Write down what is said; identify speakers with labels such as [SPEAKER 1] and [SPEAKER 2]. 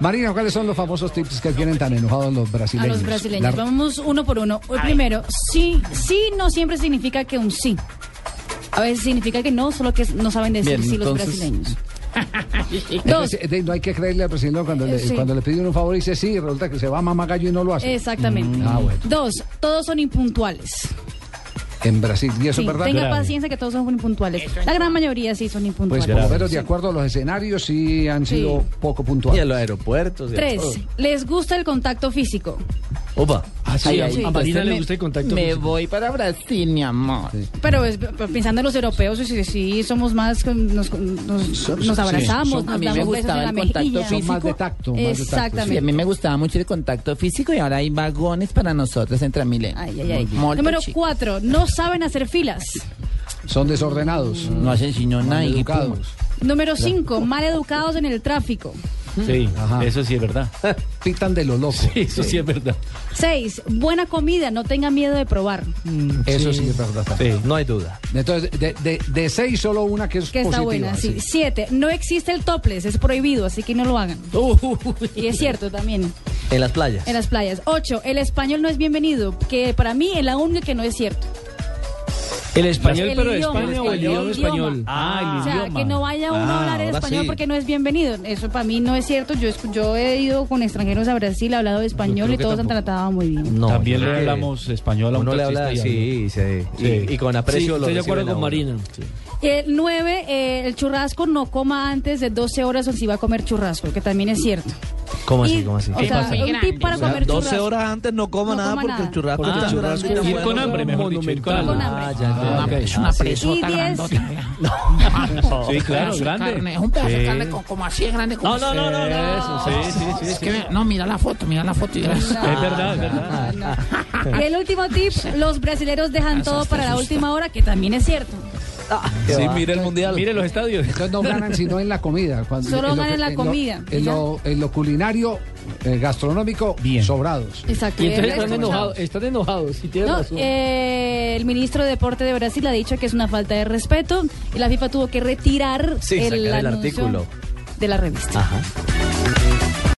[SPEAKER 1] Marina, ¿cuáles son los famosos tips que tienen tan enojados los
[SPEAKER 2] A
[SPEAKER 1] brasileños?
[SPEAKER 2] los brasileños.
[SPEAKER 1] La-
[SPEAKER 2] Vamos uno por uno. El primero, sí, sí no siempre significa que un sí. A veces significa que no, solo que es- no saben decir
[SPEAKER 3] Bien,
[SPEAKER 2] sí
[SPEAKER 3] entonces-
[SPEAKER 2] los brasileños. Dos,
[SPEAKER 1] Entonces, eh, no hay que creerle al brasileño cuando le,
[SPEAKER 2] Eh, sí.
[SPEAKER 1] cuando le piden un favor y dice sí, resulta que se va a mamagallo y no lo hace.
[SPEAKER 2] exactamente.
[SPEAKER 1] Ah, bueno.
[SPEAKER 2] Dos, todos son impuntuales.
[SPEAKER 1] En Brasil, y eso
[SPEAKER 2] Sí,
[SPEAKER 1] es verdad.
[SPEAKER 2] tenga
[SPEAKER 3] Grave.
[SPEAKER 2] paciencia que todos son impuntuales. La gran mayoría sí son
[SPEAKER 1] Pues
[SPEAKER 2] impuntuales.
[SPEAKER 1] por lo
[SPEAKER 3] Grave,
[SPEAKER 1] menos de acuerdo a los escenarios sí han
[SPEAKER 2] Sí.
[SPEAKER 1] sido poco
[SPEAKER 3] Y
[SPEAKER 1] puntuales.
[SPEAKER 3] a los aeropuertos. y a
[SPEAKER 2] Tres,
[SPEAKER 1] Oh.
[SPEAKER 3] todo.
[SPEAKER 2] les gusta el contacto físico.
[SPEAKER 3] Opa.
[SPEAKER 4] Ah,
[SPEAKER 2] Ay,
[SPEAKER 5] Sí, a,
[SPEAKER 2] ay,
[SPEAKER 5] a
[SPEAKER 2] sí.
[SPEAKER 5] Marina
[SPEAKER 3] Usted
[SPEAKER 5] le
[SPEAKER 3] me-
[SPEAKER 5] gusta el contacto.
[SPEAKER 3] me
[SPEAKER 5] físico.
[SPEAKER 3] voy para Brasil, mi amor.
[SPEAKER 2] Pero es- pero pensando en los europeos, sí, sí, sí, somos más, con- nos, con- nos-
[SPEAKER 1] Son-
[SPEAKER 2] nos
[SPEAKER 1] sí,
[SPEAKER 2] abrazamos,
[SPEAKER 3] son- a
[SPEAKER 2] nos
[SPEAKER 3] mí me
[SPEAKER 2] damos besos
[SPEAKER 3] gustaba
[SPEAKER 2] en la
[SPEAKER 3] el contacto
[SPEAKER 2] mejilla.
[SPEAKER 1] Son más de tacto. más de tacto, sí.
[SPEAKER 2] Exactamente.
[SPEAKER 3] Sí, a mí me gustaba mucho el contacto físico y ahora hay vagones para nosotros en Transmilenio.
[SPEAKER 2] Ay, ay, ay.
[SPEAKER 3] Molto
[SPEAKER 2] Número
[SPEAKER 3] chic.
[SPEAKER 2] cuatro, no saben hacer filas.
[SPEAKER 1] Son desordenados,
[SPEAKER 3] Mm. No hacen sino nada. y pum.
[SPEAKER 1] educados.
[SPEAKER 2] Número cinco, mal educados en el tráfico.
[SPEAKER 5] Sí,
[SPEAKER 1] Ajá.
[SPEAKER 5] eso sí es verdad.
[SPEAKER 1] Pitan de lo loco.
[SPEAKER 5] Eso sí es verdad.
[SPEAKER 2] Seis, buena comida, no tengan miedo de probar.
[SPEAKER 1] Eso sí es verdad.
[SPEAKER 5] Sí, no hay duda.
[SPEAKER 1] Entonces, de, de- de seis solo una que es
[SPEAKER 2] Que está
[SPEAKER 1] positiva.
[SPEAKER 2] buena,
[SPEAKER 1] sí.
[SPEAKER 2] sí. Siete, no existe el topless, es prohibido, así que no lo hagan. Y es cierto también,
[SPEAKER 3] en las playas.
[SPEAKER 2] en las playas. Ocho, el español no es bienvenido, que para mí es la única que no es cierto.
[SPEAKER 5] ¿El español,
[SPEAKER 2] El
[SPEAKER 5] pero de
[SPEAKER 2] idioma,
[SPEAKER 5] España o el idioma español? Ah,
[SPEAKER 2] o sea, que no vaya uno a hablar en español porque no es bienvenido. Eso para mí no es cierto. Yo, escu- yo he ido con extranjeros a Brasil, he hablado español y todos han tratado muy bien.
[SPEAKER 4] No,
[SPEAKER 5] También
[SPEAKER 4] yo
[SPEAKER 5] le
[SPEAKER 4] creo que
[SPEAKER 5] hablamos español a un
[SPEAKER 4] Uno le
[SPEAKER 5] taxista
[SPEAKER 4] habla
[SPEAKER 5] y
[SPEAKER 4] así, sí, y,
[SPEAKER 5] Sí.
[SPEAKER 4] y con
[SPEAKER 5] Sí,
[SPEAKER 4] aprecio lo
[SPEAKER 5] estoy de acuerdo
[SPEAKER 4] reciben a
[SPEAKER 5] con
[SPEAKER 4] uno.
[SPEAKER 5] Marina. Sí.
[SPEAKER 2] El 9, Eh, el churrasco no coma antes de 12 horas o si va a comer churrasco, que también es cierto.
[SPEAKER 4] ¿Cómo
[SPEAKER 2] Y,
[SPEAKER 4] así? ¿Cómo así?
[SPEAKER 2] O sea,
[SPEAKER 3] pasa?
[SPEAKER 2] un tip para
[SPEAKER 3] O sea,
[SPEAKER 2] comer
[SPEAKER 4] 12
[SPEAKER 2] churrasco.
[SPEAKER 4] horas antes no coma
[SPEAKER 2] No
[SPEAKER 4] nada
[SPEAKER 2] coma
[SPEAKER 4] porque
[SPEAKER 2] nada.
[SPEAKER 4] el churrasco
[SPEAKER 5] Porque
[SPEAKER 4] está
[SPEAKER 5] el churrasco
[SPEAKER 4] bueno.
[SPEAKER 5] Y
[SPEAKER 2] Ir
[SPEAKER 5] Ah, ir con hambre, mejor dicho. ir con
[SPEAKER 2] Con
[SPEAKER 5] hambre.
[SPEAKER 2] hambre.
[SPEAKER 4] Ah, ya, ya.
[SPEAKER 5] ok.
[SPEAKER 4] ok.
[SPEAKER 5] Ah, sí.
[SPEAKER 2] Y 10,
[SPEAKER 5] Sí, claro, grande.
[SPEAKER 3] un pedazo
[SPEAKER 5] Sí.
[SPEAKER 3] de carne co- como así de grande como
[SPEAKER 5] No, no, no, no, no.
[SPEAKER 3] Eso,
[SPEAKER 5] Sí, sí, sí,
[SPEAKER 3] Es
[SPEAKER 5] sí.
[SPEAKER 3] que ve- no, mira la foto, mira la foto y verás.
[SPEAKER 5] Es verdad, es
[SPEAKER 4] Ah,
[SPEAKER 5] verdad.
[SPEAKER 2] y el último tip, los brasileros dejan todo para la última hora, que también es cierto.
[SPEAKER 4] Sí, mira el mundial.
[SPEAKER 5] Mire los estadios.
[SPEAKER 1] Entonces no ganan sino en la comida. Cuando- en
[SPEAKER 2] Solo
[SPEAKER 1] lo
[SPEAKER 2] ganan
[SPEAKER 1] que-
[SPEAKER 2] en la
[SPEAKER 1] lo-
[SPEAKER 2] comida,
[SPEAKER 1] En lo, en lo culinario, eh, gastronómico, sobrados.
[SPEAKER 2] Exacto.
[SPEAKER 5] Y
[SPEAKER 2] el
[SPEAKER 5] entonces
[SPEAKER 2] resto,
[SPEAKER 5] están
[SPEAKER 2] chao.
[SPEAKER 5] enojados, están enojados. Y tienen
[SPEAKER 2] No,
[SPEAKER 5] razón.
[SPEAKER 2] eh, el ministro de Deporte de Brasil ha dicho que es una falta de respeto y la FIFA tuvo que retirar
[SPEAKER 4] Sí, sacar el
[SPEAKER 2] anuncio
[SPEAKER 4] artículo.
[SPEAKER 2] de la revista.
[SPEAKER 4] Ajá.